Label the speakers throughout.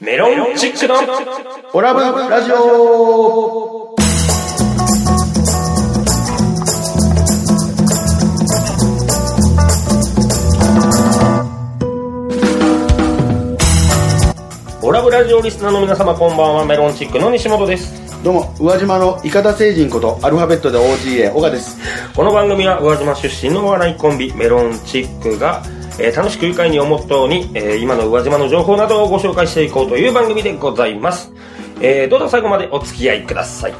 Speaker 1: メロンチックの
Speaker 2: オラブラジオ
Speaker 1: オラブラジオリスナーの皆様こんばんはメロンチックの西本です
Speaker 2: どうも宇和島のイカダ星人ことアルファベットで OGA オガです
Speaker 1: この番組は宇和島出身のお笑いコンビメロンチックが、えー楽しく愉快にをモットーに、えー今の宇和島の情報などをご紹介していこうという番組でございます、えーどうぞ最後までお付き合いください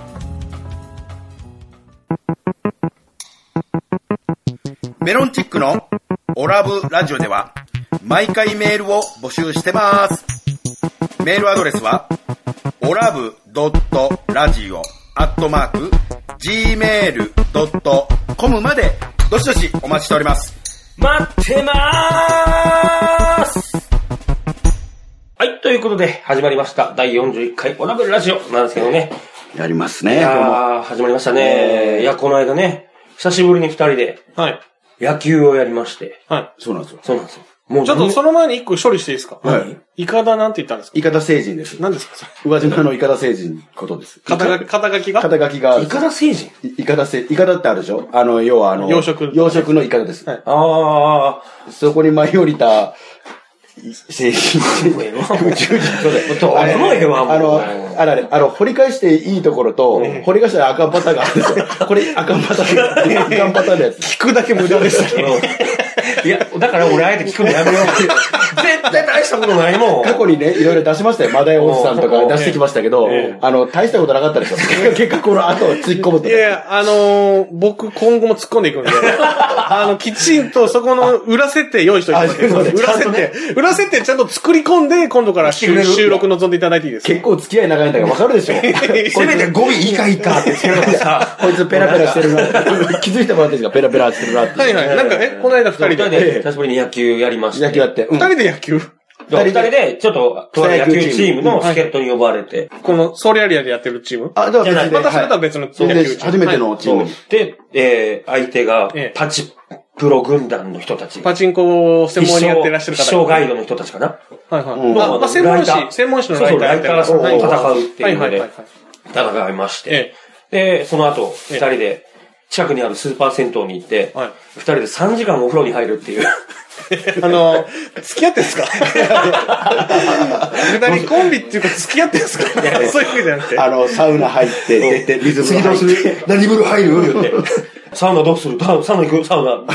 Speaker 2: メロンチックのオラブラジオでは毎回メールを募集してますメールアドレスはオラブドットラジオアットマーク gmail.com までどしどしお待ちしております
Speaker 1: 待ってまーすはい、ということで始まりました第41回オラブラジオなんですけどね
Speaker 2: やります
Speaker 1: い
Speaker 2: ね
Speaker 1: やー始まりましたねいやこの間ね久しぶりに二人で
Speaker 3: はい。
Speaker 1: 野球をやりまして
Speaker 3: は
Speaker 2: そうなんですよ
Speaker 1: そうなんですよ。もう
Speaker 3: い。ちょっとその前に一個処理していいですか。
Speaker 2: はい
Speaker 3: イカダなんて言ったんですか
Speaker 2: イカダ星人です
Speaker 3: 何ですかそれ。
Speaker 2: 宇和島のイカダ星人ことです
Speaker 3: 肩書き、肩書きが
Speaker 2: 肩書きがある
Speaker 1: イカダ星人
Speaker 2: イカダせ、イカダってあるでしょあの、要はあの、
Speaker 3: 養殖
Speaker 2: 養殖のイカダです。
Speaker 3: はい
Speaker 1: ああ、
Speaker 2: そこに舞い降りた、い精神。
Speaker 1: もうええわもう
Speaker 2: 宇宙人とで
Speaker 1: どうでもええわ もう
Speaker 2: あの、あれあれ、あの、掘り返していいところと、掘り返したら赤パターンがあるんですよ。 これ赤パターン、赤パターンのやつ。
Speaker 3: 聞くだけ無駄でしたね。
Speaker 1: いや、だから俺あえて聞くのやめよう。絶対大したことないもん。
Speaker 2: 過去にね、いろいろ出しましたよ。マダイおじさんとか出してきましたけど
Speaker 3: ええ、
Speaker 2: あの、大したことなかったでしょ。結果この後突っ込むと
Speaker 3: い。やいや、あのー、僕今後も突っ込んでいく んで、あの、きちんとそこの裏設定用意しといてくだ
Speaker 2: あ
Speaker 3: さい。裏設定、裏設定ちゃんと作り込んで、今度から
Speaker 2: てくれ
Speaker 3: 収
Speaker 2: る
Speaker 3: 収録臨んでいただいていいです
Speaker 2: 結構付き合い長いんだからわかるでしょ。
Speaker 1: せめて語尾以下以下って言ってるのがさ。
Speaker 2: こいつペラペラしてるな。気づいてもらっていいですかペラペラしてるなって。
Speaker 3: はいはい。なんかね、この間二
Speaker 1: 二人
Speaker 3: 人で。
Speaker 1: で、久しぶりに野球やりました。
Speaker 2: 野球やって。うん
Speaker 3: 二人で野球
Speaker 1: で二人で、ちょっと、とある野球チームの助っ人に呼ばれて。
Speaker 3: このソールアリアでやってるチーム
Speaker 2: あ、では別で。
Speaker 3: またまた別の野球チーム
Speaker 2: はいそうで初めてのチームに。
Speaker 1: で、えー、相手が
Speaker 3: ええ、
Speaker 1: パチプロ軍団の人たち。
Speaker 3: パチンコを専門にやってらっしゃる方。
Speaker 1: 一生ガイドの人たちかな。
Speaker 3: はいはい。
Speaker 2: うん
Speaker 3: まあ、まあ、専門
Speaker 1: ライター
Speaker 3: 誌、専門誌の
Speaker 1: そう
Speaker 3: ラ
Speaker 1: そ
Speaker 3: イ
Speaker 1: う、
Speaker 3: ター
Speaker 1: ラ
Speaker 3: や
Speaker 1: イ
Speaker 3: っ
Speaker 1: ター
Speaker 3: て
Speaker 1: が
Speaker 3: ます
Speaker 1: そ
Speaker 3: ね
Speaker 1: う
Speaker 2: ライター
Speaker 1: 戦うって
Speaker 3: はいいうは
Speaker 1: の
Speaker 3: いは
Speaker 1: で
Speaker 3: い、はい。
Speaker 1: 戦いまし
Speaker 3: え
Speaker 1: て、で、その後、二人で、近くにあるスーパー銭湯に行って、
Speaker 3: はい
Speaker 1: 二人で3時間お風呂に入るっていう。
Speaker 3: あの、付き合ってんすか 二人コンビっていうか付き合ってんすかそういうわけじゃなくて。
Speaker 2: あの、サウナ入って、出て、リズム入って。何風呂入るって。
Speaker 1: サウナどうするサウサウナ行くサウナ。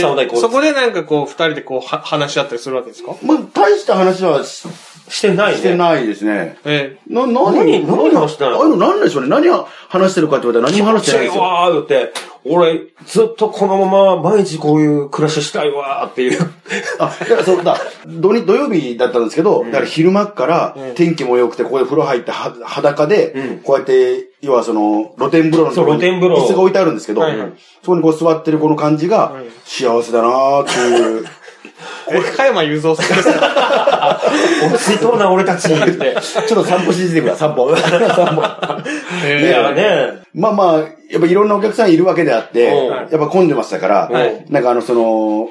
Speaker 1: サウナ行こう。
Speaker 3: そこでなんかこう、二人でこう、は話し合ったりするわけですか
Speaker 2: まあ、大した話はし
Speaker 1: してないね。
Speaker 2: してないですね。
Speaker 3: え
Speaker 2: な、何
Speaker 1: 何何話してたの
Speaker 2: ああいうの何でしょうね。何を話してるかって言われたら何も話してな
Speaker 1: い
Speaker 2: いですよ。
Speaker 1: わーって、俺、ずっとこのまま毎日こういう暮らししたいわーって いう。
Speaker 2: あ、だからそうだ、土日土曜日だったんですけど、だから昼間っから天気も良くて、ここで風呂入っては裸
Speaker 1: うん
Speaker 2: で、こうやって、要はその、露天風呂のところに
Speaker 1: そう露天風呂
Speaker 2: 椅子が置いてあるんですけど
Speaker 3: はいはい、
Speaker 2: そこにこう座ってるこの感じが、幸せだなーっていう。
Speaker 3: え。え、加山雄三さんですか
Speaker 1: 落ちそうな俺たちに 言って。
Speaker 2: ちょっと散歩してきてください、散歩。 散歩。
Speaker 1: い
Speaker 3: え
Speaker 1: やね。
Speaker 2: まあまあ、やっぱいろんなお客さんいるわけであって、
Speaker 1: うん
Speaker 2: やっぱ混んでましたから、
Speaker 1: はい
Speaker 2: なんかあの、その、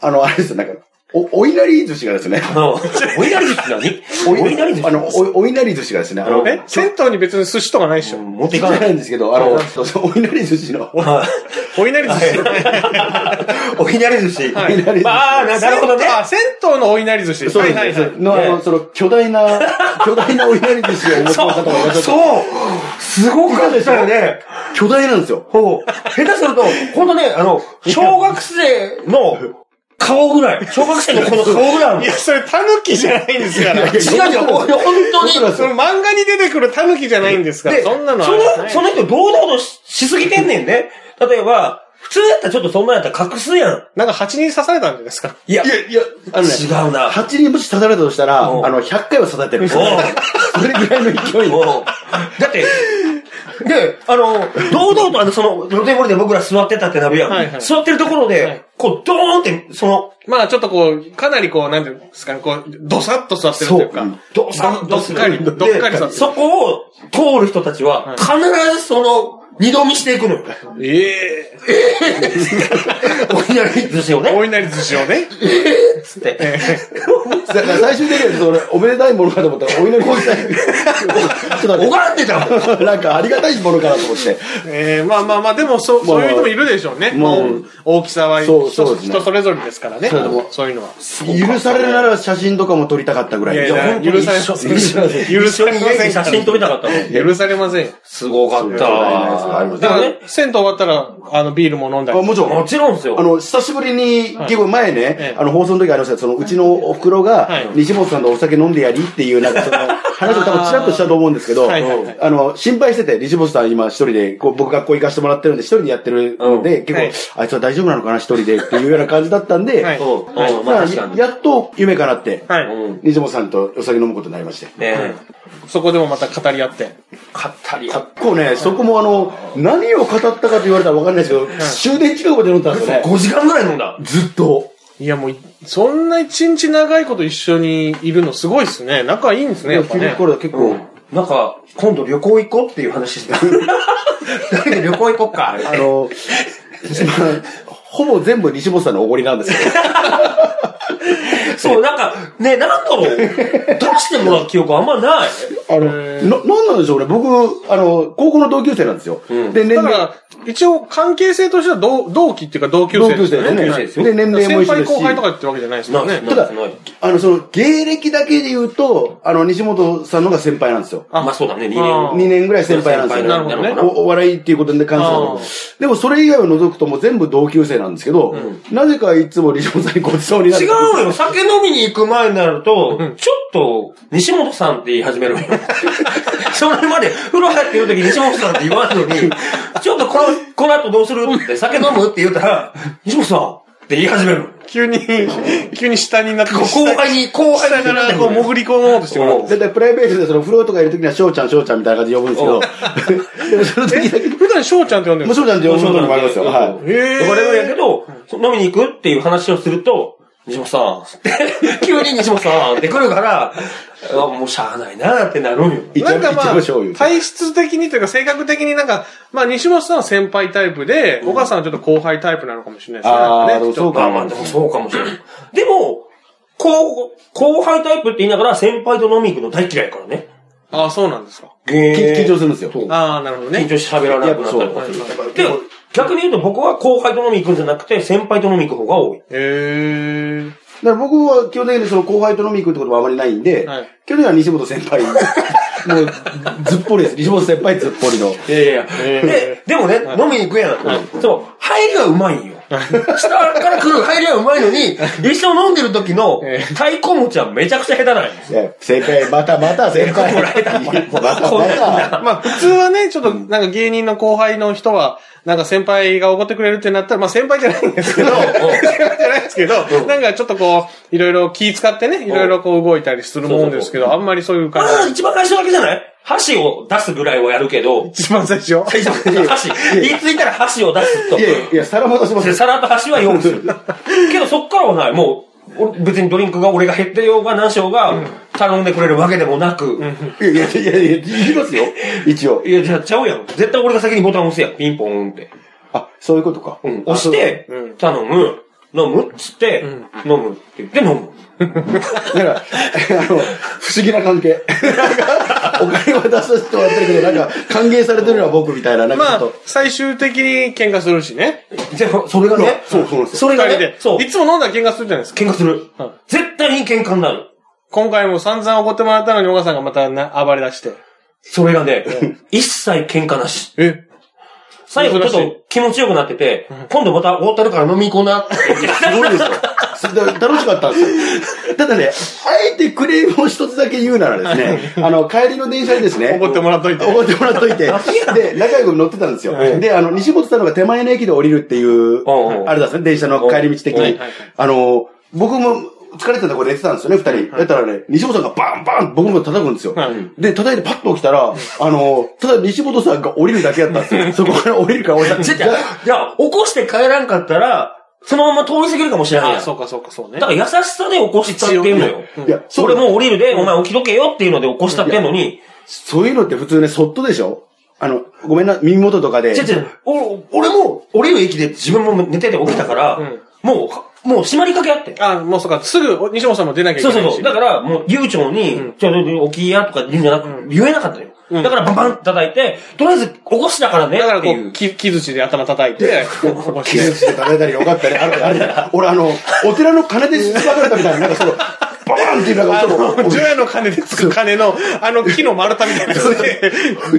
Speaker 2: あの、あれですよ、なんか、お、お稲荷寿司がですね、
Speaker 1: あ のお稲荷寿司って何お稲荷寿司
Speaker 2: あの、お、お稲荷寿司がですね、あの、
Speaker 1: うん
Speaker 3: え銭湯に別に寿司とかないっしょ、
Speaker 1: 持って
Speaker 2: で
Speaker 1: い
Speaker 2: か
Speaker 1: かない。
Speaker 2: ないんですけど、あの、そうそうお稲荷寿司の、お
Speaker 3: お稲荷寿司。
Speaker 1: お稲荷寿司。
Speaker 3: はい
Speaker 2: 稲荷寿司。
Speaker 1: まあ、ななるほどね。
Speaker 3: あ、銭湯のお稲荷寿司。
Speaker 2: そう
Speaker 3: は
Speaker 2: で
Speaker 3: い
Speaker 2: す
Speaker 3: はいはい。
Speaker 2: の、あの、その、巨大な、巨大なお稲荷寿司がお持ちの方がいらっしゃって、
Speaker 1: そうすごかったよね。
Speaker 2: 巨大なんですよ。
Speaker 1: ほう。下手すると、ほんとね、あの、小学生の顔ぐらい。小学生のこの顔ぐらいあ
Speaker 3: い
Speaker 1: る
Speaker 3: や、それタヌキじゃないんですから。
Speaker 1: 違う違う、ほんとに。
Speaker 2: そうなんです
Speaker 3: その
Speaker 2: よ。
Speaker 3: 漫画に出てくるタヌキじゃないんですから。
Speaker 1: で、
Speaker 3: そんなのは
Speaker 1: そ
Speaker 3: ない
Speaker 1: の、その人堂々とししすぎてんねんね。例えば、普通やったらちょっとそんなんやったら隠すやん。
Speaker 3: なんか蜂に刺されたんじゃないですか。
Speaker 1: いや、
Speaker 2: いや、いや、あのね、
Speaker 1: 違うな。
Speaker 2: 8人もし刺されたとしたら、あ
Speaker 1: うん
Speaker 2: の、100回は刺されてるんですよ。それぐらいの勢いで。
Speaker 1: もうだって、で、あの、堂々とあの、その、露天風呂で僕ら座ってたってなるやん。
Speaker 3: はいはい
Speaker 1: 座ってるところで、
Speaker 3: はい
Speaker 1: こう、ドーンって、その、
Speaker 3: まあちょっとこう、かなりこう、なんていうんですかね、こう、どさっと座ってるというか。
Speaker 1: どさ
Speaker 3: どっかり、どっかり座ってる。
Speaker 1: そこを通る人たちは、必ずその、二度見していくのよ。
Speaker 3: ええ
Speaker 1: お稲荷寿司をね。
Speaker 3: お稲荷寿司をね。
Speaker 1: えーっつって。
Speaker 2: だから最終的にはそれ、おめでたいものかと思ったら、お祈りこいたい。ちょっと待
Speaker 1: 拝んでたもん
Speaker 2: って、なんかありがたいものかなと思って。
Speaker 3: ええまあまあまあ、でもそ
Speaker 2: ま
Speaker 3: う、
Speaker 2: あ
Speaker 3: そういう人もいるでしょうね。
Speaker 2: まあ
Speaker 3: もう、大きさは
Speaker 2: そ
Speaker 3: 人
Speaker 2: うそうですね
Speaker 3: 人それぞれですからね。
Speaker 2: そう
Speaker 3: でもそういうのは。
Speaker 2: 許されるなら写真とかも撮りたかったぐらい。
Speaker 3: いやい
Speaker 2: いや
Speaker 3: や、
Speaker 1: 本当に
Speaker 3: 許されま
Speaker 1: 一緒
Speaker 3: せん。許されません
Speaker 1: 写真撮りたかったもん。
Speaker 3: 許されませんよ。
Speaker 1: すごかったわ。
Speaker 2: そう
Speaker 1: だ
Speaker 3: だ
Speaker 1: か
Speaker 3: からら
Speaker 1: ね
Speaker 3: ね、、銭湯終わったら、あの、ビールも飲んだ
Speaker 2: あ
Speaker 3: り。
Speaker 2: もちろん。
Speaker 1: もちろんですよ。
Speaker 2: あの、久しぶりに、結構前ね
Speaker 3: ええ、
Speaker 2: あの、放送の時ありましたその、うちのお袋
Speaker 3: は
Speaker 2: が
Speaker 3: い、
Speaker 2: 西本さんとお酒飲んでやりっていう、なんかその、話を多分ちらっとしたと思うんですけど、
Speaker 3: はいはいはい
Speaker 2: あの、心配してて、西本さん今一人で、こう、僕学校行かせてもらってるんで、一人でやってるので、結構、
Speaker 3: はい
Speaker 2: あいつは大丈夫なのかな、一人でっていうような感じだったんで、
Speaker 3: はい
Speaker 1: そう。
Speaker 2: まあ
Speaker 1: うん、まあ確かに。
Speaker 2: やっと夢かなって、
Speaker 3: は
Speaker 1: う
Speaker 3: い。
Speaker 1: ん。ね
Speaker 2: 西本さんとお酒飲むことになりまして。
Speaker 1: え。
Speaker 3: そこでもまた語り合って。
Speaker 1: 勝ったり。
Speaker 2: 結構ね、そこもあの、何を語ったかと言われたらわかんないですけど、終電近くまで飲んだんですよね。
Speaker 1: 5時間ぐらい飲んだ。
Speaker 2: ずっと。
Speaker 3: いやもう、そんな一日長いこと一緒にいるのすごいですね。仲いいんですね、やっぱ
Speaker 2: 昼
Speaker 3: ね。
Speaker 2: 頃結構、
Speaker 1: なんか、今度旅行行こうっていう話してた。 だけど旅行行こっか。
Speaker 2: あの、ほぼ全部西本さんのおごりなんですけど、
Speaker 1: そう、なんか、ね、なんだろう。出してもらう記憶あんまない。
Speaker 2: あの、な、なんなんでしょうね。僕、あの、高校の同級生なんですよ。で、年
Speaker 3: だか
Speaker 2: 齢、
Speaker 3: ら、一応関係性としては同同期っていうか同級
Speaker 2: 同
Speaker 3: 生で
Speaker 2: 級
Speaker 3: すよ
Speaker 2: 生で
Speaker 3: ね。
Speaker 2: ね。
Speaker 1: 生ですよ
Speaker 2: で、年齢も
Speaker 3: 先
Speaker 2: 一緒
Speaker 3: 輩
Speaker 2: です
Speaker 3: 後
Speaker 2: し。
Speaker 3: 輩とかってわけじゃないです
Speaker 1: な
Speaker 3: も
Speaker 1: い
Speaker 3: んね。
Speaker 1: な
Speaker 2: た
Speaker 1: い
Speaker 2: だ
Speaker 1: ない。、
Speaker 2: あの、その、芸歴だけで言うと、あの、西本さんの方が先輩なんですよ。
Speaker 1: まあそうだね、2
Speaker 3: あ
Speaker 1: 年。
Speaker 3: ー
Speaker 2: 2年ぐらい先輩なんですよ。
Speaker 1: 先輩なのかな
Speaker 3: なるほ
Speaker 2: おお笑いっていうことに関して
Speaker 3: あ
Speaker 2: は
Speaker 3: あ。
Speaker 2: でも、それ以外を除くともう全部同級生なんですけど、なぜかいつも西本さんにごちそうになる。
Speaker 1: 違うよ。酒飲みに行く前になると、ちょっと、西本さんって言い始めるのよ。 それまで、風呂入ってる時西本さんって言わんの に、ちょっとこの、この後どうするって、酒飲むって言ったら、西本さんって言い始める。
Speaker 3: 急に、 急に下になって、
Speaker 1: こう後輩に、後輩
Speaker 3: 下
Speaker 1: に
Speaker 3: か
Speaker 1: なっ
Speaker 3: ら
Speaker 1: て
Speaker 3: こう
Speaker 1: くる
Speaker 3: 潜り込もうとしてもらう。
Speaker 2: 絶対プライベートでその風呂とかいるときには翔ちゃん翔ちゃんみたいな感じで呼ぶんですけど、でもその時だけ、
Speaker 3: 普段翔ちゃんって呼ん
Speaker 2: も
Speaker 3: でるん
Speaker 2: う
Speaker 3: です
Speaker 2: 翔ちゃんって呼ぶこともありますよ。は
Speaker 1: そう
Speaker 2: い。
Speaker 3: へー
Speaker 1: 呼ばれるんやけど、飲みに行くっていう話をすると、西本さん って、急に西本さんって来るから、あもうしゃあないなってなるんよ。
Speaker 2: 一
Speaker 3: なんか
Speaker 2: 応、
Speaker 3: ま
Speaker 2: 一応翔
Speaker 3: あ、
Speaker 2: 言う。
Speaker 3: 体質的にというか性格的になんか、まあ西本さんは先輩タイプで、お母さんはちょっと後輩タイプなのかもしれないですね。
Speaker 2: あー
Speaker 3: なんかね
Speaker 2: でもそう
Speaker 1: まあまあ、でもそうかもしれない。でも、こう、後輩タイプって言いながら先輩と飲み行くの大嫌いやからね。
Speaker 3: ああ、そうなんですか。
Speaker 2: き緊張するんですよ。
Speaker 3: ああ、なるほど
Speaker 1: 緊
Speaker 3: ね。
Speaker 1: 張して喋らなくなったりとかするから。で、逆に言うと僕は後輩と飲み行くんじゃなくて、先輩と飲み行く方が多い。
Speaker 3: へえ。
Speaker 2: だから僕は基本的にその後輩と飲み行くってことはあまりないんで
Speaker 3: はい、
Speaker 2: 去年は西本先輩。もう、ずっぽりです。西本先輩ずっぽりの。
Speaker 1: いやいやいや。で、でもね、飲みに行くやん。そう、入りがうまいんよ。下から来る入りがうまいのに、一緒に飲んでる時の
Speaker 3: ええ
Speaker 1: 太鼓持ちはめちゃくちゃ下手なんよ。
Speaker 2: いや先輩、またまた先輩。また
Speaker 1: こん
Speaker 2: ま
Speaker 1: な
Speaker 2: た。
Speaker 3: まあ普通はね、ちょっとなんか芸人の後輩の人は、なんか先輩が怒ってくれるってなったら、まあ先輩じゃないんですけど、先輩じゃないんですけど、なんかちょっとこう、いろいろ気使ってね、いろいろこう動いたりするもんですけど、あんまりそうい
Speaker 1: ま
Speaker 3: う感
Speaker 1: あ、
Speaker 3: じ。
Speaker 1: 一番最初だけじゃない箸を出すぐらいはやるけど、
Speaker 3: 一番最初。
Speaker 1: 最初に箸、言いついたら箸を出すと
Speaker 2: い。やいや、さらばとします
Speaker 1: で、。皿と箸は用意する。けどそっからはない。もう、俺別にドリンクが俺が減ってようが何しようが、頼んでくれるわけでもなく、
Speaker 2: いやいやいやいや、言いますよ。一応。
Speaker 1: いや、じゃあちゃうやん。絶対俺が先にボタン押すやん。ピンポーンって。
Speaker 2: あ、そういうことか。
Speaker 1: うん押して、頼む、飲むっつって、飲むって言って飲む。
Speaker 2: だから、あの、不思議な関係。なんか、お金は出させてもらってるけど、なんか、歓迎されてるのは僕みたいな、なんか
Speaker 3: ま
Speaker 2: ちょ
Speaker 3: あ
Speaker 2: っと。、
Speaker 3: 最終的に喧嘩するしね。
Speaker 1: で、それがね、
Speaker 2: そうそうなんですよ
Speaker 1: それ
Speaker 3: 二
Speaker 1: が
Speaker 3: 人
Speaker 1: ね
Speaker 3: で、。
Speaker 1: そう。
Speaker 3: いつも飲んだら喧嘩するじゃないですか。
Speaker 1: 喧嘩する
Speaker 3: うん。
Speaker 1: 絶対に喧嘩になる。
Speaker 3: 今回も散々怒ってもらったのに、お母さんがまたな暴れ出して。
Speaker 1: それがね、一切喧嘩なし。
Speaker 3: え
Speaker 1: 最後ちょっ
Speaker 3: 珍し
Speaker 1: と気持ちよくなってて、今度また大樽から飲み行こうなって。
Speaker 2: すごいですよ。それで楽しかったんですよ。ただね、あえてクレームを一つだけ言うならですね、あの、帰りの電車にですね、
Speaker 3: 怒ってもらっといて。
Speaker 2: おごってもらっとい て、で、仲良く乗ってたんですよ。で、あの、西本さんの方が手前の駅で降りるっていう
Speaker 1: うんう、ん
Speaker 2: あれだったんですね、電車の帰り道的
Speaker 1: うんはい
Speaker 2: に。あの、僕も疲れてたとこ寝てたんですよね、二人。だったらね、西本さんがバンバン僕のこと叩くんですよ
Speaker 3: はい。
Speaker 2: で、叩いてパッと起きたら、あの、ただ西本さんが降りるだけだったんです よ。そこから降りるから俺た
Speaker 1: じゃ
Speaker 2: ち
Speaker 1: じゃ、いや、起こして帰らんかったら、そのまま通り過ぎるかもしれない
Speaker 3: あ
Speaker 1: や
Speaker 3: あ、
Speaker 1: ん。
Speaker 3: そうかそうか、そうね
Speaker 1: だ。から優しさで起こしたっていうのよ。
Speaker 2: いや、そ
Speaker 1: 俺
Speaker 2: れも、
Speaker 1: もう降りるで、お前起きとけよっていうので起こしたってんのに、
Speaker 2: そういうのって普通ね、そっとでしょあの、ごめんな、耳元とかで
Speaker 1: 違う。違う、お俺も降りる駅で自分も寝てて起きたから、もう、もう閉まりかけあって。
Speaker 3: あ、もうそうか、すぐ西本さんも出なきゃいけ
Speaker 1: そ
Speaker 3: な
Speaker 1: う
Speaker 3: い
Speaker 1: そ
Speaker 3: し。
Speaker 1: うそう。だから、もう、悠長に、ちょっと起きやとか言うんじゃなく、言えなかったよ。だから、バンバン叩いて、とりあえず起こしだからね。
Speaker 3: だからこ
Speaker 1: っていう
Speaker 3: う、木、木槌で頭叩いて、こう
Speaker 2: 気
Speaker 3: して
Speaker 2: づして叩いたりよかったね。あるある。俺あの、お寺の鐘でつばかれたみたいな、なんかその、バーンっていうなんか
Speaker 3: あ
Speaker 2: その、
Speaker 3: の、除夜の鐘でつく鐘の、あの木の丸太みたいなやつで、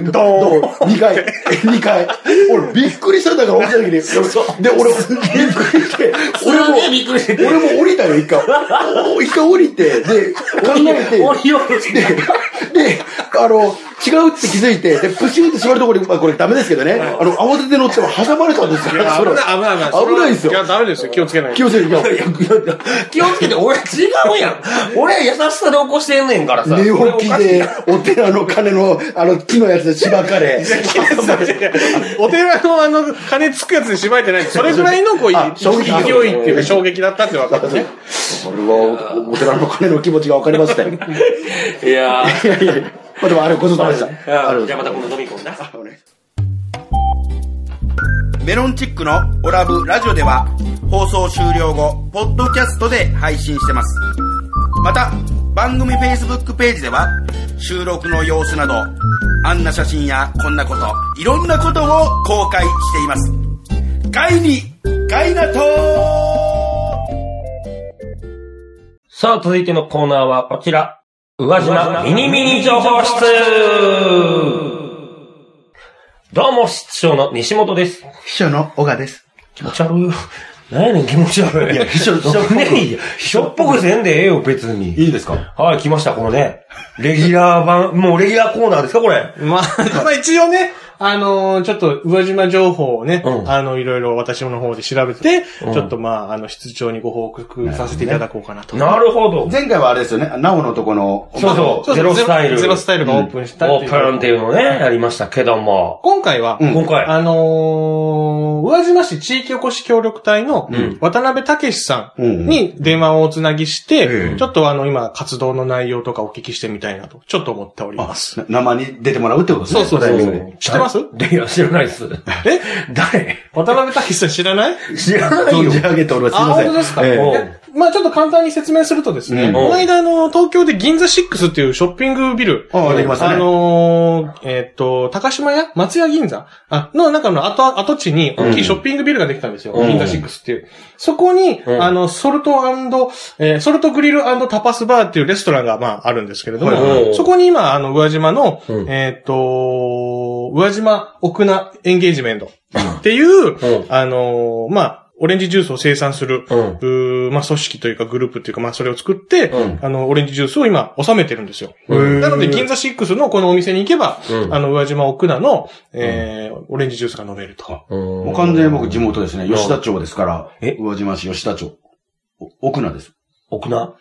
Speaker 3: ドーン。
Speaker 2: どう二回、二回。俺びっくりしたんだから、起きた時に。で、俺、びっくりして、俺も、
Speaker 1: すげえびっくりしてて
Speaker 2: 俺も降りたよ、一回。お一回降りて、で、考えて、
Speaker 1: 降りようとして。
Speaker 2: で、あの、違うって気づいて、で、プシュンって座るところに、まあこれダメですけどね、あの、慌てて乗っても挟まれたんですよ。
Speaker 3: いや
Speaker 2: そ
Speaker 3: 危
Speaker 2: れ
Speaker 3: ない、危ない、
Speaker 2: 危ないです
Speaker 3: いや、
Speaker 2: よ。
Speaker 3: ダメですよ。気をつけ ないと。
Speaker 2: 気をつけて、いや
Speaker 1: いやいや気をつけて、俺違うやん。俺優しさで起こしてんねんからさ。
Speaker 2: 寝起きで、お寺の鐘の、あの、木のやつでしばかれ。
Speaker 3: お寺のあの、金つくやつに縛いてない。それぐらいの、こう、い
Speaker 2: あ衝撃
Speaker 3: 勢いっていうか、衝撃だったって分かったね。
Speaker 2: それは、お寺の鐘の気持ちが分かりましたよ。い
Speaker 1: いやー。
Speaker 2: やいやいや、まあでもあれ、ごちそうさまでした。ある
Speaker 1: じゃあまたこの飲み込んだ。
Speaker 2: お願いします
Speaker 4: メロンチックのオラブラジオでは放送終了後、ポッドキャストで配信してます。また、番組 Facebook ページでは収録の様子など、あんな写真やこんなこと、いろんなことを公開しています。ガイに、ガイナトー
Speaker 1: さあ、続いてのコーナーはこちら。宇和島ミニミニ情報室どうも、室長の西本です。
Speaker 2: 秘書の小川です。
Speaker 1: 気持ち悪い。何やねん、気持ち悪い。
Speaker 2: いや秘書秘書っぽく
Speaker 1: ねえいや秘書っぽくせんでええよ、別に。
Speaker 2: いいですか
Speaker 1: はい、来ました、このね。レギュラー版、もうレギュラーコーナーですか、これ。
Speaker 3: まあ、まあ一応ね、あのーちょっと、宇和島情報をね、
Speaker 1: うん
Speaker 3: あの、いろいろ私の方で調べて、
Speaker 1: ん
Speaker 3: ちょっとまあ、あの、室長にご報告させていただこうかなと。
Speaker 1: なるほど。
Speaker 2: 前回はあれですよね、なおのとこの、
Speaker 1: そうそう
Speaker 3: そう
Speaker 1: ゼロスタイル
Speaker 3: ゼロスタイルがオープンした
Speaker 1: オープンっていう
Speaker 3: う。
Speaker 1: のをね、やりましたけども。
Speaker 3: 今回は、
Speaker 2: うん
Speaker 1: 今回。
Speaker 3: あのー、宇和島市地域おこし協力隊の
Speaker 1: ん
Speaker 3: 渡辺武さ
Speaker 2: うん
Speaker 3: んに電話をおつなぎして、
Speaker 2: ええ
Speaker 3: ちょっとあの今活動の内容とかお聞きしてみたいなと、ちょっと思っております。
Speaker 2: な生に出てもらうってことです
Speaker 3: そう
Speaker 2: ね。
Speaker 3: そう
Speaker 2: だ
Speaker 3: そ
Speaker 2: いうぶ
Speaker 3: そう、
Speaker 2: ね
Speaker 3: 知ってます
Speaker 1: いや、知らないっす。
Speaker 3: え
Speaker 1: 誰
Speaker 3: 渡辺武さん知 らない
Speaker 1: 知らない
Speaker 2: 存
Speaker 1: よ
Speaker 2: じ。上げております。すい
Speaker 3: あ、
Speaker 2: ません。
Speaker 3: 本当ですか、
Speaker 2: ええ
Speaker 1: おう
Speaker 3: えまあちょっと簡単に説明するとですね、
Speaker 2: うん
Speaker 3: この間あの、東京で銀座6っていうショッピングビル、
Speaker 2: ああ、できましたね。
Speaker 3: あのーえーっと、高島屋松屋銀座あの中の跡、跡地に大きいショッピングビルができたんですよ。
Speaker 1: うん
Speaker 3: 銀座6っていう。そこに、
Speaker 1: うん
Speaker 3: あの、ソルト、えーソルトグリルタパスバーっていうレストランが、まあ、あるんですけれども、
Speaker 1: はいはい
Speaker 3: そこに今、あの、宇和島の、
Speaker 1: うん
Speaker 3: えーっと、宇和島奥名エンゲージメントっていう、
Speaker 1: うん
Speaker 3: あのーまあ、オレンジジュースを生産する、
Speaker 1: うん
Speaker 3: うーまあ、組織というかグループというか、まあ、それを作って、
Speaker 1: うん
Speaker 3: あの、オレンジジュースを今、収めてるんですよ。
Speaker 1: うん
Speaker 3: なので、銀座6のこのお店に行けば、
Speaker 1: うん
Speaker 3: あの、宇和島奥名の、えーオレンジジュースが飲めると。
Speaker 1: も
Speaker 2: もう完全に僕地元ですね。
Speaker 1: ん
Speaker 2: 吉田町ですから。
Speaker 1: え
Speaker 2: 宇和島市吉田町。お奥名です。
Speaker 1: 奥名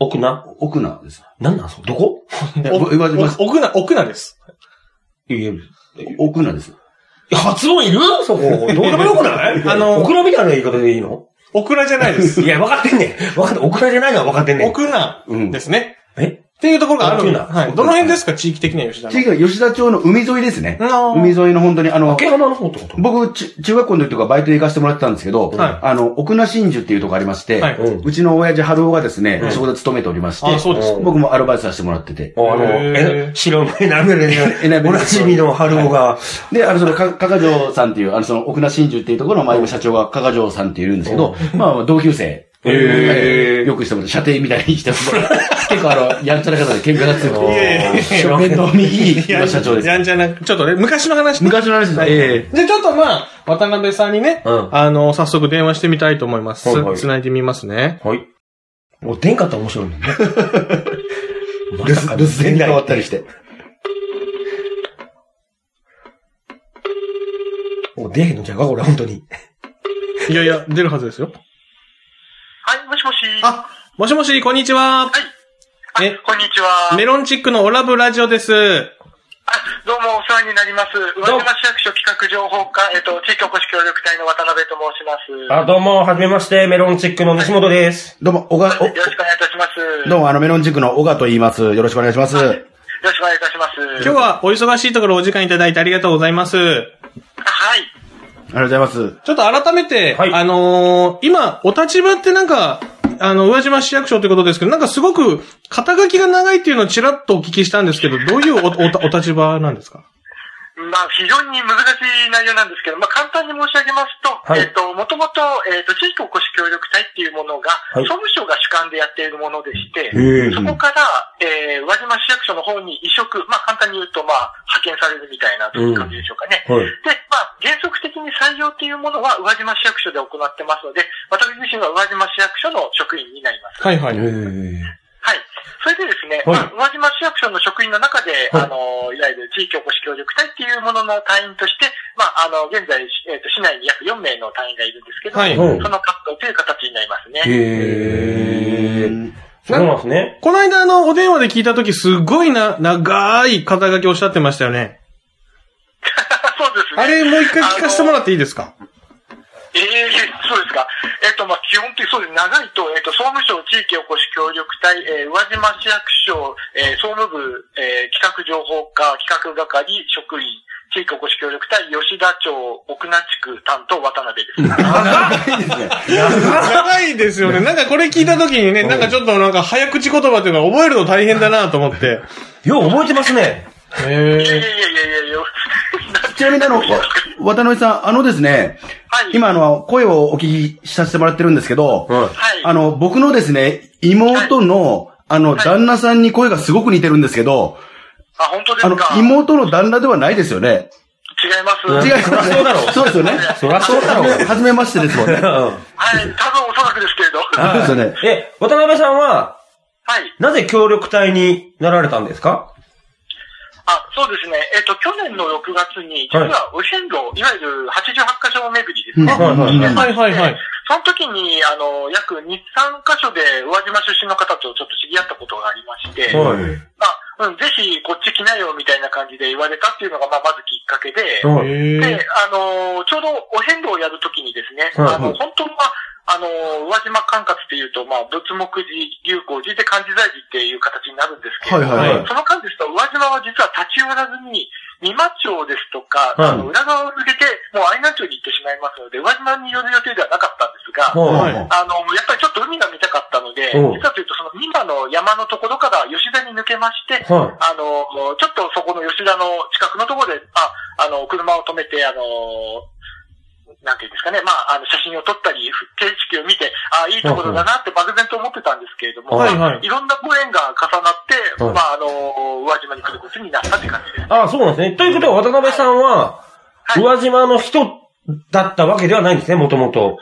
Speaker 1: 奥名
Speaker 2: お奥名です。
Speaker 1: なんなんそどこ
Speaker 2: いや
Speaker 3: お
Speaker 2: 宇和島市
Speaker 3: お奥名、奥名です。
Speaker 1: いや、
Speaker 2: 奥名です。
Speaker 1: 発音いるそこ。どうでもよくない
Speaker 3: あの
Speaker 1: 奥名みたいな言い方でいいの
Speaker 3: 奥名じゃない です。
Speaker 1: いや、分かってんねん。分かって、奥名じゃないのは分かってんねん。
Speaker 3: 奥名
Speaker 2: うん
Speaker 3: ですね。
Speaker 1: え
Speaker 3: っていうところがあるん
Speaker 1: 奥
Speaker 3: で
Speaker 1: 名
Speaker 3: はい。どの辺ですか、地域的には吉田の。
Speaker 2: 次が吉田町の海沿いですね。
Speaker 3: うん
Speaker 2: 海沿いの本当にあの、
Speaker 1: 竹花の方ってこと
Speaker 2: 僕、ち中学校の時とかバイトで行かせてもらってたんですけど、
Speaker 3: はい
Speaker 2: あの、奥名真珠っていうとこありまして、
Speaker 3: はいう
Speaker 2: うちの親父春夫がですね、
Speaker 1: ん
Speaker 2: そこで勤めておりまし
Speaker 3: あ、そう
Speaker 2: て、
Speaker 3: ですか。
Speaker 1: うん
Speaker 2: 僕もアルバイトさせてもらってて、
Speaker 1: あの、
Speaker 3: へー
Speaker 1: え、白のエナメル に、
Speaker 2: エナメル
Speaker 1: おなじみの春尾が、
Speaker 2: で、あの、その、か、かかじょうさんっていう、あの、その、奥名真珠っていうところの、まあ、今社長がかかじょうさんっていうんですけど、まあ、同級生。
Speaker 1: へー
Speaker 2: はいよくしてもらって、射程みたいにしてもらって、結構あの、やんちゃな方で喧嘩が強く
Speaker 1: いやいやい
Speaker 2: て、
Speaker 1: や
Speaker 2: 初見のいい今社長です。
Speaker 3: やんじゃな、ちょっとね、昔の話ね
Speaker 2: 昔の話ですね。え
Speaker 3: で、ちょっとまあ、渡辺さんにね、
Speaker 1: うん
Speaker 3: あの、早速電話してみたいと思います。
Speaker 1: はいはい
Speaker 3: つないでみますね。
Speaker 1: はい。もう出んかったら面白いもんね。
Speaker 2: え
Speaker 1: ま
Speaker 2: 留
Speaker 1: さか
Speaker 2: 守留守電に
Speaker 1: 出ない
Speaker 2: 変わったりして。
Speaker 1: もう出えへんのじゃうか、これ、本当に。
Speaker 3: いやいや、出るはずですよ。
Speaker 5: はい、もしもし。
Speaker 3: あ、
Speaker 5: は
Speaker 3: もしもし、こんにちは。
Speaker 5: い、
Speaker 3: え
Speaker 5: こんにちは。
Speaker 3: メロンチックのオラブラジオです。
Speaker 5: あどうもお世話になります。宇和島市役所企画情報課、えっと、地域おこし協力隊の渡辺と申します。
Speaker 1: あ、どうも、はじめまして、メロンチックの西本です。
Speaker 2: どうも、小川、
Speaker 5: よろしくお願いいたします。
Speaker 2: おどうも、あの、メロン塾の小川と言います。よろしくお願いします。
Speaker 5: はいよろしくお願いいたします。
Speaker 3: 今日はお忙しいところお時間いただいてありがとうございます。
Speaker 5: あはい。
Speaker 2: りがとうございます。
Speaker 3: ちょっと改めて、
Speaker 1: はい
Speaker 3: あのー今、お立場ってなんか、あの、宇和島市役所ということですけど、なんかすごく、肩書きが長いっていうのをちらっとお聞きしたんですけど、どういうお、お、お立場なんですか
Speaker 5: まあ、非常に難しい内容なんですけど、まあ、簡単に申し上げますと、
Speaker 1: はい
Speaker 5: えっ、と、もともと、えっ、と、地域おこし協力隊っていうものが、
Speaker 1: はい
Speaker 5: 総務省が主管でやっているものでして、
Speaker 1: え
Speaker 5: そこから、えー、宇和島市役所の方に移植、まあ、簡単に言うと、まあ、派遣されるみたいな、という感じでしょうかね。
Speaker 1: はい。
Speaker 5: で、まあ、原則的に採用というものは宇和島市役所で行ってますので、私自身は宇和島市役所の職員になります。
Speaker 3: はいはい。
Speaker 5: はい。それでですね、
Speaker 1: はい
Speaker 5: まあ、宇和島市役所の職員の中で、
Speaker 1: はい
Speaker 5: あの、いわゆる地域おこし協力隊っていうものの隊員として、まあ、あの、現在、えっと市内に約4名の隊員がいるんですけど、
Speaker 3: はい
Speaker 1: はい
Speaker 5: その活動という形になりますね。
Speaker 1: へー。そうなんですね。
Speaker 3: この間、あの、お電話で聞いたとき、すごいな、長い肩書きをおっしゃってましたよね。
Speaker 5: そうですね。
Speaker 3: あれ、もう一回聞かせてもらっていいですか
Speaker 5: ええそうですか。えっ、と、まあ、基本的にそうです。長いと、えっ、と、総務省地域おこし協力隊、えー、宇和島市役所、えー、総務部、えー、企画情報課、企画係、職員、地域おこし協力隊、吉田町、奥名地区担当、渡辺です。
Speaker 3: 長いですよね。なんかこれ聞いたときにね、なんかちょっとなんか早口言葉っていうのは覚えるの大変だなと思って。
Speaker 1: よう覚えてますね。
Speaker 3: へ
Speaker 5: いやい
Speaker 3: え。
Speaker 5: やいやいやいや
Speaker 2: ちなみにあの、わ渡辺さん、あのですね、
Speaker 5: はい。
Speaker 2: 今あの、声をお聞きさせてもらってるんですけど、
Speaker 1: は
Speaker 5: はい。
Speaker 2: あの、僕のですね、妹の、あの、
Speaker 5: はい
Speaker 2: 旦那さんに声がすごく似てるんですけど、
Speaker 5: あ、本当で
Speaker 2: あ
Speaker 5: す
Speaker 2: の
Speaker 5: か、違い
Speaker 2: 妹の旦那ではないですよね。
Speaker 5: ます。
Speaker 1: うん
Speaker 2: 違い
Speaker 5: はい。
Speaker 2: ます
Speaker 1: そりゃそうだろう
Speaker 2: そうですよ
Speaker 1: い。
Speaker 2: ね。
Speaker 1: そらそうだろう。
Speaker 2: はじめましてですもんね。
Speaker 5: 多分おそらくですけれど。は
Speaker 2: そうですよね。
Speaker 1: え、渡辺さんは、
Speaker 5: い。
Speaker 1: なぜ協力隊になられたんですか
Speaker 5: あ、そうですね。えっ、と、去年の6月に、実は、右辺路、いわゆる88箇所巡りですね。
Speaker 1: あはいはい
Speaker 2: うん
Speaker 3: はいはいはい
Speaker 5: で。その時に、あの、約2、3カ所で宇和島出身の方とちょっと知り合ったことがありまして、
Speaker 1: はい。
Speaker 5: まあ、うん、ぜひこっち来なよみたいな感じで言われたっていうのが、まあ、まずきっかけで、
Speaker 1: はい。
Speaker 5: で、
Speaker 3: へ
Speaker 5: あの、ちょうどお遍路をやるときにですね、
Speaker 1: はい
Speaker 5: あの、本当は、あの、宇和島管轄っていうと、まあ、仏目寺、流行寺で漢字財寺っていう形になるんですけれども、
Speaker 2: はい
Speaker 1: はいはい
Speaker 5: その間ですと、宇和島は実は立ち寄らずに、三間町ですとか、
Speaker 1: はい
Speaker 5: あの、裏側を抜けて、もう愛南町に行ってしまいますので、宇和島に寄る予定ではなかったんですが、
Speaker 1: はい。
Speaker 2: は
Speaker 5: あの、やっぱりちょっと海が見たかったので、
Speaker 1: うん
Speaker 5: 実はというと、その三間の山のところから吉田に抜けまして、
Speaker 1: は
Speaker 5: あの、ちょっとそこの吉田の近くのところで、あ、あの、車を止めて、あの、なんていうんですかね、まあ、あの、写真を撮ったり、景色を見て、あいいところだなって漠然と思ってたんですけれども、
Speaker 1: はい
Speaker 5: まあ
Speaker 3: はい
Speaker 5: ろんなご縁が重なって、
Speaker 1: はい
Speaker 5: まあ、あの、宇和島に来ることになったって感じです。
Speaker 1: あ、そうなんですね。ということは、渡辺さんは、
Speaker 5: はい
Speaker 1: 宇和島の人だったわけではないんですね、もともと。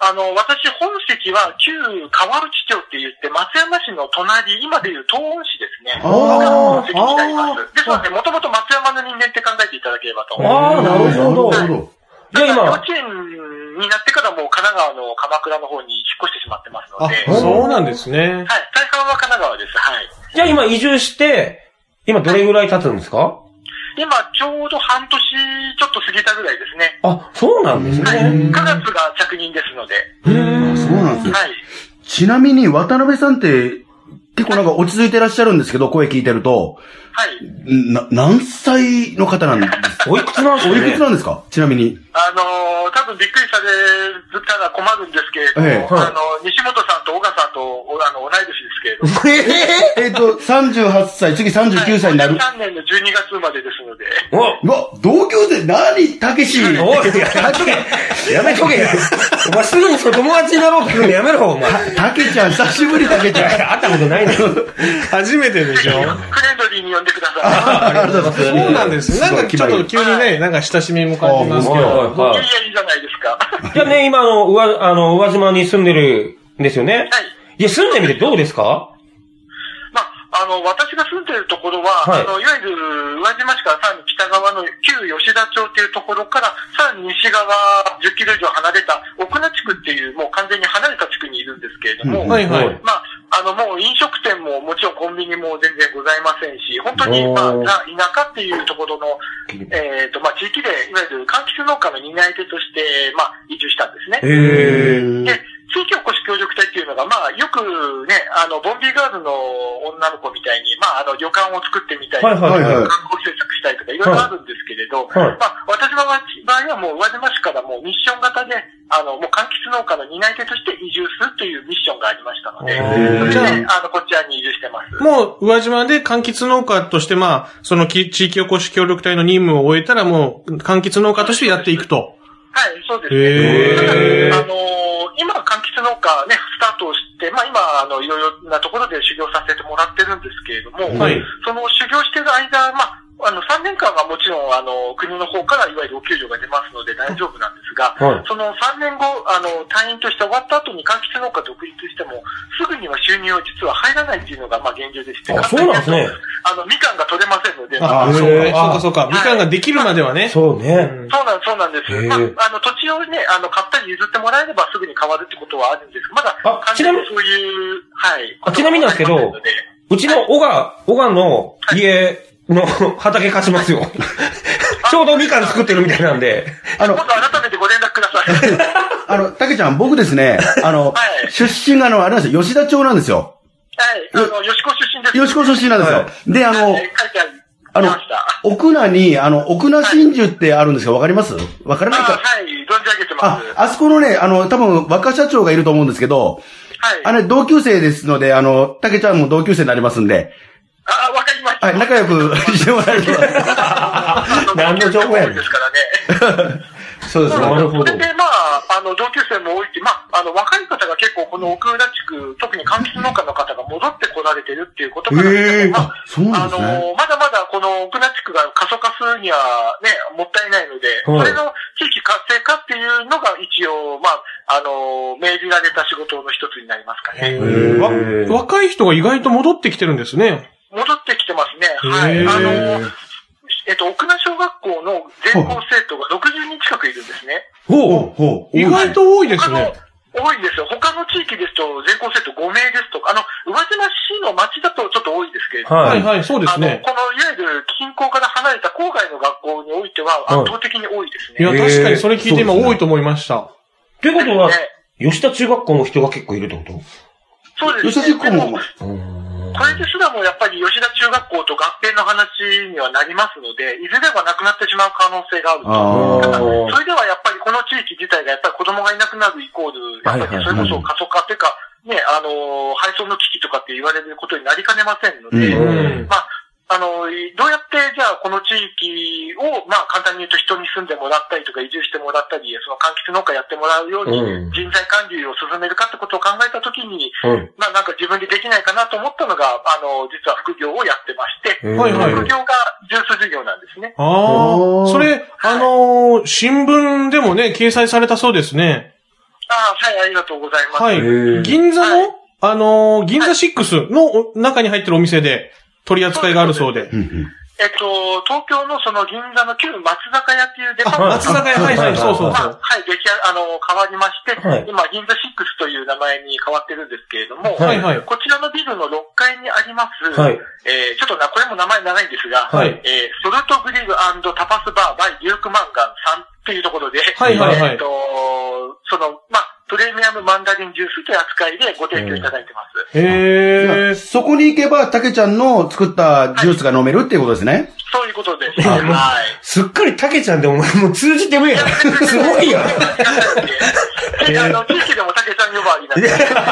Speaker 5: あの、私、本籍は旧川内町って言って、松山市の隣、今でいう東温市ですね。
Speaker 2: あー
Speaker 5: が本籍になります。ですので、もともと松山の人間って考えていただければと思います。
Speaker 1: ああ、なるほど。
Speaker 2: なるほど。
Speaker 1: じゃあ
Speaker 5: ただ幼
Speaker 1: 今、
Speaker 5: 稚園になってからもう神奈川の鎌倉の方に引っ越してしまってますので、
Speaker 3: え。そうなんですね。
Speaker 5: はい、大半は神奈川です。はい。
Speaker 1: じゃあ今移住して、今どれぐらい経つんですか
Speaker 5: 今、ちょうど半年ちょっと過ぎたぐらいですね。
Speaker 1: あ、そうなんです
Speaker 5: はい。
Speaker 1: ね。
Speaker 5: 9月が着任ですので、
Speaker 2: あそうなんですよ。
Speaker 5: はい。
Speaker 2: ちなみに渡辺さんって、結構なんか落ち着いてらっしゃるんですけど、声聞いてると、
Speaker 5: はい。
Speaker 2: な、何歳の方なんですか
Speaker 1: おいくつなんです
Speaker 2: お
Speaker 1: か
Speaker 2: いくつ
Speaker 1: ね
Speaker 2: なんですかちなみに。
Speaker 5: あのー多分びっくりされたら困るんですけれども、
Speaker 2: ええ
Speaker 1: はい
Speaker 5: あのー西本さんと小川さんと、おあの、同い年ですけれども、
Speaker 2: えっと、38歳、次39歳になる。
Speaker 5: 3年の12月生まれですので、
Speaker 1: お
Speaker 2: うわ、同級生、何たけし。
Speaker 1: おい、やめとけやめとけお前すぐにその友達になろうって言うのやめろ、お前。
Speaker 2: たけちゃん、久しぶりたけちゃん。
Speaker 1: 会ったことないのよ。
Speaker 3: 初めてで
Speaker 5: ぜひ、
Speaker 3: し
Speaker 5: フ
Speaker 3: ょ
Speaker 5: レンドリーに呼んでください。
Speaker 2: ありがとうございます
Speaker 3: そうなんですね。なんかちょっと急に
Speaker 5: は
Speaker 3: ね、なんか親しみも感じますけ
Speaker 1: はい
Speaker 3: ど。
Speaker 1: はいはい
Speaker 5: いやいや、いいじゃないですか。は
Speaker 1: じゃあね、今、あの、うわ、あの、宇和島に住んでるんですよね。
Speaker 5: い。
Speaker 1: いや、住んでみてどうですか
Speaker 5: まあ、あの、私が住んでるところは、
Speaker 1: はい
Speaker 5: い、あの、いわゆる、宇和島市からさらに北側の旧吉田町っていうところから、さらに西側10キロ以上離れた奥名地区っていう、もう完全に離れた地区にいるんですけれど
Speaker 2: う
Speaker 5: も、
Speaker 2: ん
Speaker 3: はい
Speaker 1: はい
Speaker 3: はい。
Speaker 5: まあ、あの、もう飲食店ももちろんコンビニも全然ございませんし、本当に、
Speaker 1: おー
Speaker 5: まあ、な田舎っていうところの、えっ、と、まあ、地域で、いわゆる柑橘農家の担い手として、まあ、移住したんですね。
Speaker 1: へえ。
Speaker 5: で、地域おこし協力隊っていうのが、まあ、よくね、あの、ボンビーガールの女の子みたいに、まあ、あの、旅館を作ってみたい
Speaker 1: はい
Speaker 5: な、
Speaker 1: はいは
Speaker 2: はいはいい。
Speaker 5: 観光政策したりとか、いろいろあるんですけれけど、
Speaker 1: はい
Speaker 5: まあ、私の場合はもう宇和島市からもうミッション型で、あの、もう柑橘農家の担い手として移住するというミッションがありましたので、それ
Speaker 3: じ
Speaker 5: で、
Speaker 3: ゃあ
Speaker 5: あの、こちらに移住してます。
Speaker 3: もう、宇和島で柑橘農家として、まあ、そのき地域おこし協力隊の任務を終えたら、もう、柑橘農家としてやっていくと。
Speaker 5: はい、そうです
Speaker 3: へ
Speaker 5: ね。
Speaker 3: ー
Speaker 5: あのー今、柑橘農家ね、スタートをして、まあ今、あの、いろいろなところで修行させてもらってるんですけれども、
Speaker 3: はい
Speaker 5: その修行してる間、まあ、あの、3年間はもちろん、あの、国の方からいわゆるお給料が出ますので大丈夫なんですが、
Speaker 1: はい
Speaker 5: その3年後、あの、退院として終わった後に柑橘農家独立しても、すぐには収入は実は入らないっていうのが、まあ現状でして、
Speaker 1: あそうなんですね。
Speaker 5: あの、みかんが取れませんので、
Speaker 3: あ、
Speaker 2: あ
Speaker 3: そう
Speaker 2: へ
Speaker 3: か、そうか、そうか。みかんができるまではね。
Speaker 1: そうね。
Speaker 5: そうなんそうなんです。
Speaker 1: へえ
Speaker 5: まあ、あの、土地をね、あの、買ったり譲ってもらえればすぐに変わるってことはあるんです。まだ、
Speaker 1: あ
Speaker 5: 完
Speaker 1: ち
Speaker 5: 全
Speaker 1: なみ
Speaker 5: にそういう、はい。
Speaker 1: あちなみになんですけど
Speaker 5: ことはありませんので
Speaker 1: うちの小川、小川の家の畑貸しますよ。ちょうどみかん作ってるみたいなんで。
Speaker 2: あの
Speaker 5: 今、度改めてご連絡ください。
Speaker 2: あの、たけちゃん、僕ですね、あの、
Speaker 5: はい
Speaker 2: 出身があの、あれなんですよ、吉田町なんですよ。
Speaker 5: はい。あの、吉子出身です。
Speaker 2: 吉子出身なんですよ。
Speaker 1: は
Speaker 2: で、あ
Speaker 5: はい
Speaker 2: の、
Speaker 5: 書いてあり
Speaker 2: あの
Speaker 5: ました。
Speaker 2: 奥名に、あの、奥名真珠ってあるんですけど、わかりますわから
Speaker 5: あ
Speaker 2: ないか。
Speaker 5: はい、存じ上げてま
Speaker 2: あ
Speaker 5: す。、
Speaker 2: あそこのね、あの、多分、若社長がいると思うんですけど、
Speaker 5: はい。
Speaker 2: あれ、同級生ですので、あの、たけちゃんも同級生になりますんで、
Speaker 5: あ、わかりました。
Speaker 2: はい、仲良く してもらえると。
Speaker 1: 何の情報やねん
Speaker 5: ですからね。
Speaker 2: そうですね。
Speaker 1: なるほど
Speaker 5: それで、まあ、あの、同級生も多いって、まあ、あの、若い方が結構この奥浦地区、特に柑橘農家の方が戻ってこられてるっていうことから、
Speaker 2: へー
Speaker 5: ま
Speaker 2: あそうなんですね
Speaker 5: あの、まだまだこの奥浦地区が過疎化するにはね、もったいないので、
Speaker 1: はい
Speaker 5: それの地域活性化っていうのが一応、まあ、あの、命じられた仕事の一つになりますかね。
Speaker 3: わ若い人が意外と戻ってきてるんですね。
Speaker 5: 戻ってきてますね。はい。
Speaker 3: へー
Speaker 5: あの、えっと、奥名小学校の全校生徒が60人近くいるんですね。
Speaker 1: ほう。
Speaker 2: ほう。
Speaker 3: 意外と多いで
Speaker 5: 他
Speaker 3: すね
Speaker 5: の。多いんですよ。他の地域ですと、全校生徒5名ですとか、あの、宇和島市の町だとちょっと多いですけれども、
Speaker 1: は
Speaker 3: はい
Speaker 1: い。
Speaker 3: はい、そうですね。
Speaker 5: あの、この、いわゆる近郊から離れた郊外の学校においては、
Speaker 1: はい
Speaker 5: 圧倒的に多いです
Speaker 3: い
Speaker 5: ね。
Speaker 3: や、
Speaker 1: へー
Speaker 3: 確かにそれ聞いて今
Speaker 2: そうですね
Speaker 3: 多いと思いました。
Speaker 1: ということは
Speaker 5: ね、
Speaker 1: 吉田中学校も人が結構いるってこ
Speaker 5: そうですね。
Speaker 2: 吉田塾
Speaker 5: で
Speaker 2: も、
Speaker 1: とうーん
Speaker 5: これですらもやっぱり吉田中学校と合併の話にはなりますので、いずれはなくなってしまう可能性があると。
Speaker 2: あ
Speaker 5: ただ
Speaker 2: ー
Speaker 5: それではやっぱりこの地域自体がやっぱり子供がいなくなるイコール、やっぱりそれこそ過疎化っていうか、ね、あのー、配送の危機とかって言われることになりかねませんので、
Speaker 2: う
Speaker 1: うん
Speaker 5: まあ、あのー、どうやってじゃあこの地域を、まあ簡単に言うと人に住んでもらったりとか移住してもらったり、その柑橘農家やってもらうように
Speaker 1: うん
Speaker 5: 人材管理を進めるかってことを考えたときに、
Speaker 1: はい
Speaker 5: まあなんか自分でできないかなと思ったのが、あのー、実は副業をやってまして、
Speaker 1: うん
Speaker 3: はいはい
Speaker 5: 副業が重数事業なんですね。
Speaker 3: あ
Speaker 2: あー
Speaker 3: あ、それ、あのー新聞でもね、掲載されたそうですね。
Speaker 5: ああ、はい、ありがとうございます。
Speaker 3: はい
Speaker 1: へー。
Speaker 3: 銀座
Speaker 5: は
Speaker 3: の、あのー銀座6のお中に入ってるお店で取り扱いがあるそうで。
Speaker 2: うんうん
Speaker 5: えっと、東京のその銀座の旧松坂屋っていうデパ
Speaker 3: あ、
Speaker 5: ートが、
Speaker 3: 松坂屋、
Speaker 1: あ
Speaker 3: はい
Speaker 1: あ
Speaker 3: はい、そうそう
Speaker 5: ま
Speaker 3: そう。
Speaker 5: あはい、出来上あの、変わりまして、
Speaker 1: はい
Speaker 5: 今、銀座6という名前に変わってるんですけれども、
Speaker 3: はいはい。
Speaker 5: こちらのビルの6階にあります、
Speaker 1: はい
Speaker 5: えーちょっとな、これも名前長いんですが、
Speaker 3: はい
Speaker 5: えーソルトグリルタパスバー by デュークマンガンさんっていうところで、
Speaker 3: はいはいはい
Speaker 5: えっと、その、まあ、プレミアムマンダリンジュースという扱いでご提供いただいてます。
Speaker 3: へー。
Speaker 2: そこに行けば、たけちゃんの作ったジュースが飲めるっていうことですね。
Speaker 5: そういうことです。
Speaker 1: あもう
Speaker 5: はい。
Speaker 1: すっかりたけちゃんでお前もう通じてるや ん。すごいやん。
Speaker 5: であの、地域でも竹ちゃん呼ばわりなんで。
Speaker 3: な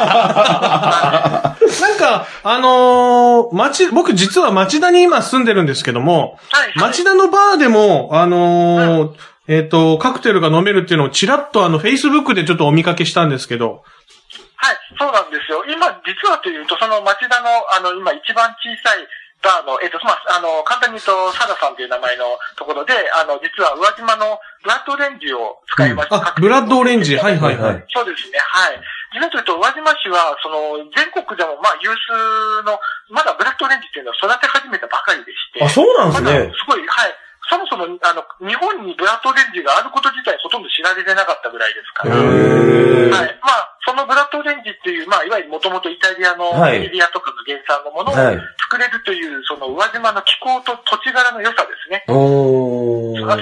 Speaker 3: んか、あのー、町、僕実は町田に今住んでるんですけども、
Speaker 5: はいはい
Speaker 3: 町田のバーでも、あのーえっ、と、カクテルが飲めるっていうのをちらっとあの、Facebook でちょっとお見かけしたんですけど、
Speaker 5: はい、そうなんですよ。今、実はというと、その町田の、あの、今一番小さいバーの、えっ、と、まあ、あの、簡単に言うと、サダさんという名前のところで、あの、実は宇和島のブラッドオレンジを使いました。
Speaker 3: あ、ブラッドオレンジ、はいはいは
Speaker 1: はいい。
Speaker 5: そうですね、はい。実はというと、宇和島市は、その、全国でも、まあ、有数の、まだブラッドオレンジっていうのを育て始めたばかりでして。
Speaker 1: あ、そうなん
Speaker 5: ま
Speaker 1: で
Speaker 5: だ
Speaker 1: す
Speaker 5: す
Speaker 1: ね。
Speaker 5: ごい、はい。そもそも、あの、日本にブラッドオレンジがあること自体ほとんど知られてなかったぐらいですから。はい。
Speaker 1: へ
Speaker 5: ま
Speaker 1: ー
Speaker 5: あ、そのブラッドオレンジっていう、まあ、いわゆるもともとイタリアの
Speaker 1: はい
Speaker 5: イリアとかの原産のものを
Speaker 1: はい
Speaker 5: 作れるという、その宇和島の気候と土地柄の良さですね。
Speaker 1: お
Speaker 5: あそうい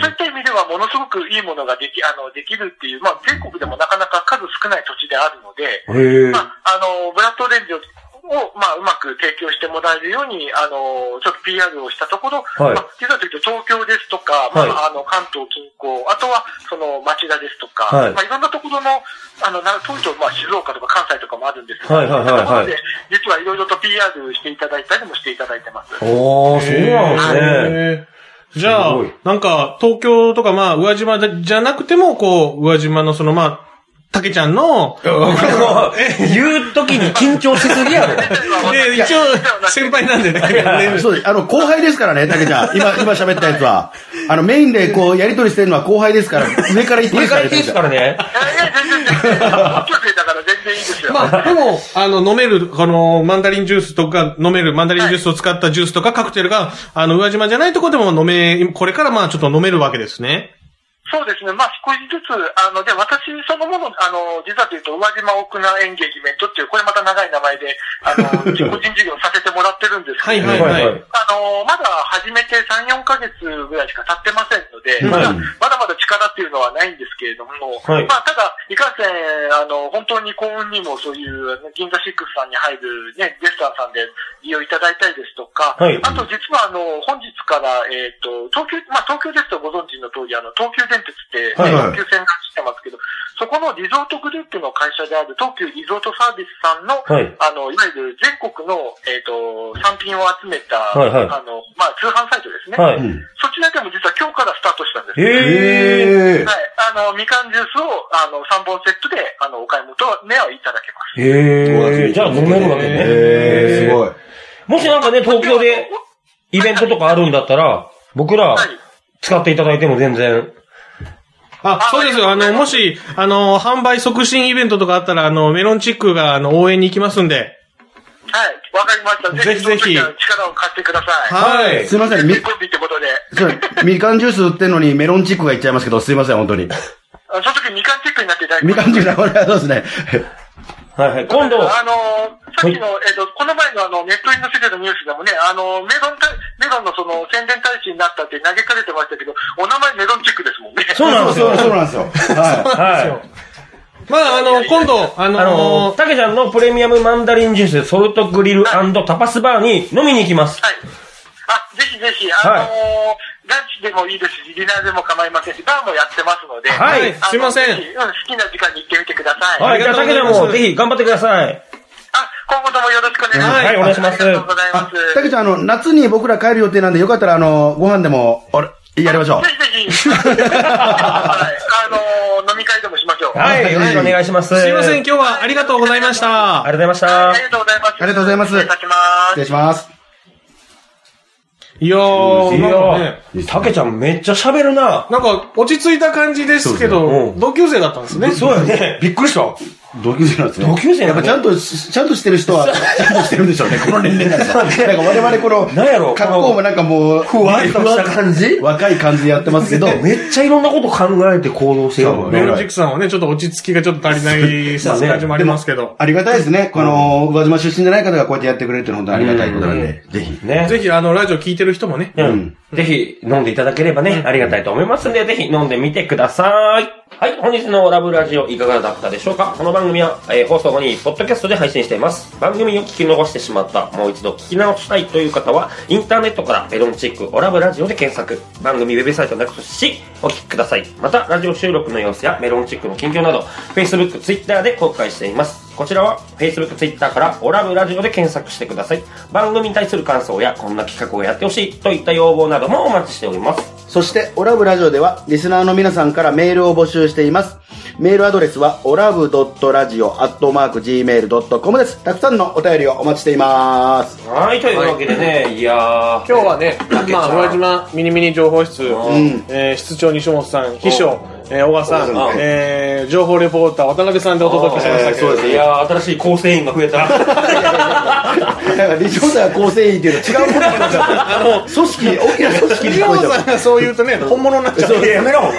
Speaker 1: ー。
Speaker 5: った意味では、ものすごくいいものができ、あの、できるっていう、まあ、全国でもなかなか数少ない土地であるので、
Speaker 1: へー
Speaker 5: まあ、あの、ブラッドオレンジをを、まあ、うまく提供してもらえるように、あの、ちょっと PR をしたところ、
Speaker 1: はい
Speaker 5: まあ、実はというと東京ですとか、ま
Speaker 1: はい
Speaker 5: あ、あの、関東近郊、あとは、その、町田ですとか、
Speaker 1: はい
Speaker 5: まあ、いろんなところの、あの、な当時は、まあ、静岡とか関西とかもあるんですけど、
Speaker 1: はいはいはいはい
Speaker 5: そううところで、実はいろいろと PR していただいたりもしていただいてます。
Speaker 1: おー、そうなんですね。
Speaker 3: へーじゃあ
Speaker 1: すごい、
Speaker 3: なんか、東京とか、まあ、宇和島だじゃなくても、こう、宇和島のその、まあ、竹ちゃんの、
Speaker 1: 言うときに緊張しすぎ やろ。
Speaker 3: で、一応、先輩なんで ね。
Speaker 2: そうです。あの、後輩ですからね、竹ちゃん。今、今喋ったやつは。あの、メインでこう、やりとりしてるのは後輩ですから、上から言って
Speaker 1: 上
Speaker 2: る
Speaker 1: か言っ
Speaker 2: かららね。
Speaker 1: ていいですからね。
Speaker 5: いやいや、全然全然。同級生だから全然いいですよ。
Speaker 3: まあ、でも、あの、飲める、この、マンダリンジュースとか、飲める、マンダリンジュースを使ったジュースとか、カクテルが、あの、宇和島じゃないとこでも飲め、これからまあ、ちょっと飲めるわけですね。
Speaker 5: そうですね。まあ、少しずつ、あの、で、私そのもの、あの、実はというと、宇和島奥名エンゲージメントっていう、これまた長い名前で、あの、個人事業させてもらってるんです
Speaker 3: は
Speaker 5: け
Speaker 3: い
Speaker 5: ど、
Speaker 3: はいはい。
Speaker 1: はい
Speaker 5: あの、まだ始めて3、4ヶ月ぐらいしか経ってませんので、
Speaker 1: うん
Speaker 5: まだまだまだ力っていうのはないんですけれども、
Speaker 1: はい
Speaker 5: まあ、ただ、いかんせん、あの、本当に幸運にもそういう、銀座シックスさんに入るね、ゲスターさんで利用いただいたりですとか、
Speaker 1: はい
Speaker 5: あと実はあの、本日から、えっ、と、東急、まあ、東急ですとご存知の通り、あの、東急電鉄って、
Speaker 1: はい
Speaker 2: はい
Speaker 5: 東急線が走ってますけど、そこのリゾートグループの会社である東急リゾートサービスさんの、
Speaker 1: はい。
Speaker 5: あの、いわゆる全国の、えっ、と、産品を集めた、
Speaker 1: はいはい
Speaker 5: あの、まあ、通販サイトですね。
Speaker 1: は
Speaker 2: う
Speaker 1: い。
Speaker 2: ん
Speaker 5: そちらでも実は今日からスタートしたんです。
Speaker 1: え
Speaker 2: え
Speaker 5: はい。あの、みかんジュースを、あの、3本セットで、あの、お買い求めはいただけます。
Speaker 1: ー。えー。じゃあ飲めるわけ
Speaker 2: ー、
Speaker 1: ね。
Speaker 2: えー、すごい。
Speaker 1: もしなんかね、東京でイベントとかあるんだったら、僕ら
Speaker 5: はい。
Speaker 1: 使っていただいても全然。
Speaker 3: あ、そうですよ。あの、もし、あの、販売促進イベントとかあったら、あの、メロンチックが、あの、応援に行きますんで。
Speaker 5: はい。わかりました。
Speaker 3: ぜひぜひ
Speaker 5: その時は力を貸してください。
Speaker 3: はい。
Speaker 2: すいません、み
Speaker 5: コ、ンビってことで。
Speaker 2: そうみかんジュース売ってんのにメロンチックが言っちゃいますけど、すいません、本当に。
Speaker 5: あその時みかんチェックになっていただき
Speaker 2: み
Speaker 5: ます
Speaker 2: かんジュース、これはそうですね。
Speaker 1: はいはい。今度、
Speaker 5: あのーさっきの、えっ、と、この前のあの、ネットインの世界のニュースでもね、あのーメロンた、メロンのその、宣伝大使になったって投げかけてましたけど、お名前メロンチェックですもんね。
Speaker 1: そう なんですよ。
Speaker 2: そうそうなんですよ。は
Speaker 1: はい。
Speaker 3: まあ、あの、今度、あ
Speaker 1: あの
Speaker 3: の
Speaker 1: ー、、たけちゃんのプレミアムマンダリンジュース、ソルトグリルタパスバーに飲みに行きます。
Speaker 5: はい。あ、ぜひぜひ、あのーランチでもいいですし、ディナーでも構いませんし、バーもやってますので、
Speaker 1: はい
Speaker 5: あの
Speaker 3: すいません
Speaker 5: ぜひうん、好きな時間に行ってみてください。
Speaker 1: はい。じゃあ、た
Speaker 3: あ
Speaker 1: け
Speaker 3: り
Speaker 1: ち
Speaker 3: が
Speaker 1: ゃ
Speaker 3: とうんございます
Speaker 1: もぜひ頑張ってください。
Speaker 5: あ、今後ともよろしくお願いします。
Speaker 1: はいはいお願いします
Speaker 5: ありがとうござい
Speaker 2: い。
Speaker 5: ま
Speaker 2: あ
Speaker 5: す。、
Speaker 2: たけちゃん、あの、夏に僕ら帰る予定なんで、よかったら、あの、ご飯でも、あれ、やりましょう。
Speaker 5: ぜひぜひ。 はい。あのー飲み会でもしましょう。
Speaker 1: は
Speaker 2: はい
Speaker 1: い。よろしくお願いします。
Speaker 3: すいません、
Speaker 1: あ
Speaker 3: 今日はありがとうございま
Speaker 1: り
Speaker 3: し
Speaker 1: がとう
Speaker 3: た。
Speaker 1: ございまし
Speaker 5: は
Speaker 1: た
Speaker 5: いあ。りがとうございます。
Speaker 2: ありがとうございます
Speaker 5: 失礼いたします
Speaker 2: 失。礼します。
Speaker 3: いやー、
Speaker 1: い
Speaker 3: なんかね
Speaker 1: や、たけちゃんめっちゃ喋るな。
Speaker 3: なんか、落ち着いた感じで
Speaker 1: そ
Speaker 3: すけ
Speaker 1: うですね
Speaker 3: ど
Speaker 1: う、ん
Speaker 3: 同級生だったんですね。
Speaker 1: そうやね。びっくりした。
Speaker 2: 同級生なんですね。
Speaker 1: 同級生
Speaker 2: や
Speaker 1: な
Speaker 2: っ
Speaker 1: んだ
Speaker 2: ぱ
Speaker 1: ね
Speaker 2: ちゃんとし、ちゃんとしてる 人は、ちゃんとしてるんでし ょうね、この年齢なんで。なんか我々こ の、
Speaker 1: なんやろ
Speaker 2: 格好もなんかもう、ふ
Speaker 1: わっとした感じ
Speaker 2: 若い感じでやってます けど、
Speaker 1: めっちゃいろんなこと考えて行動してるもん
Speaker 2: そ
Speaker 1: ね
Speaker 2: う。
Speaker 3: メロンチックさんはね、ちょっと落ち着きがちょっと足りない
Speaker 1: そう
Speaker 3: 感じもありますけど。
Speaker 2: ありがたいですね。この、宇和島出身じゃない方がこうやってやってくれるってのは本当にありがたいことなんで、ぜひ。
Speaker 1: ね。
Speaker 3: ぜひ、あの、ラジオ聞いてる人もね。
Speaker 1: うん。ぜひ飲んでいただければね、ありがたいと思いますんで、ぜひ飲んでみてください。はい、本日のラブラジオいかがだったでしょうかこの番組は、えー放送後にポッドキャストで配信しています。番組を聞き逃してしまった、もう一度聞き直したいという方は、インターネットからメロンチックオラブラジオで検索、番組ウェブサイトにアクセスし、お聞きください。また、ラジオ収録の様子やメロンチックの近況など、Facebook、Twitter で公開しています。こちらは Facebook、Twitter からオラブラジオで検索してください。番組に対する感想やこんな企画をやってほしいといった要望などもお待ちしております。
Speaker 2: そして、オラブラジオでは、リスナーの皆さんからメールを募集しています。メールアドレスは、オラブドットラジオアットマーク Gmail.com です。たくさんのお便りをお待ちしています。
Speaker 1: はい、というわけでね、い、やー。
Speaker 3: 今日はね、
Speaker 1: 竹ちゃ
Speaker 3: ま
Speaker 1: ん
Speaker 3: あ、宇和島ミニミニ情報室、
Speaker 1: ん
Speaker 3: えー室長西本さん、秘書、えー小川さ
Speaker 1: 小川さ
Speaker 3: ん
Speaker 1: ん、
Speaker 3: えー情報レポーター渡辺さんでお届けしましたけど、
Speaker 1: いやー、新しい構成員が増えた。
Speaker 2: だから、理事長さんが構成員っていうと違うものになっちゃ う。組織、大きな組織に
Speaker 3: 西
Speaker 2: 聞こえ
Speaker 3: 本
Speaker 2: ちゃう
Speaker 3: さんがそう言うとね、本物になっちゃ
Speaker 1: そうやめろ、お前。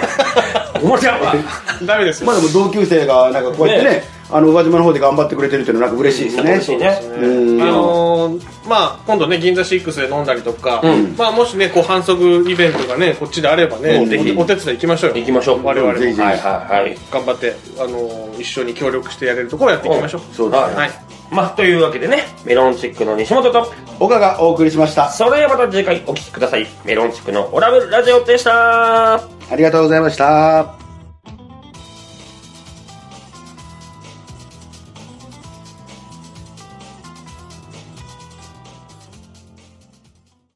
Speaker 1: 面白いわ。
Speaker 3: う。 ダメですよ
Speaker 2: まあでも同級生がなんかこうやってね、あの宇和島の方で頑張ってくれてるっていうのはなんか嬉しいですね。
Speaker 1: 嬉しいね。
Speaker 2: うん。
Speaker 3: あのーまあ、今度ね、銀座6で飲んだりとか、
Speaker 1: うん
Speaker 3: まあ、もしね、こう、反則イベントがね、こっちであればね、
Speaker 1: うんぜひ
Speaker 3: おお手伝い行きましょうよ。
Speaker 1: 行きましょう。
Speaker 3: 我々も
Speaker 2: ぜひぜひ
Speaker 1: はいはいはい。
Speaker 3: 頑張って、あのー一緒に協力してやれるところをやっていきましょう。
Speaker 2: そうですね
Speaker 1: はい
Speaker 3: はい。
Speaker 1: まあ、というわけでね、メロンチックの西本と、
Speaker 2: 岡がお送りしました。
Speaker 1: それではまた次回お聴きください。メロンチックのオラブラジオでした。
Speaker 2: ありがとうございました。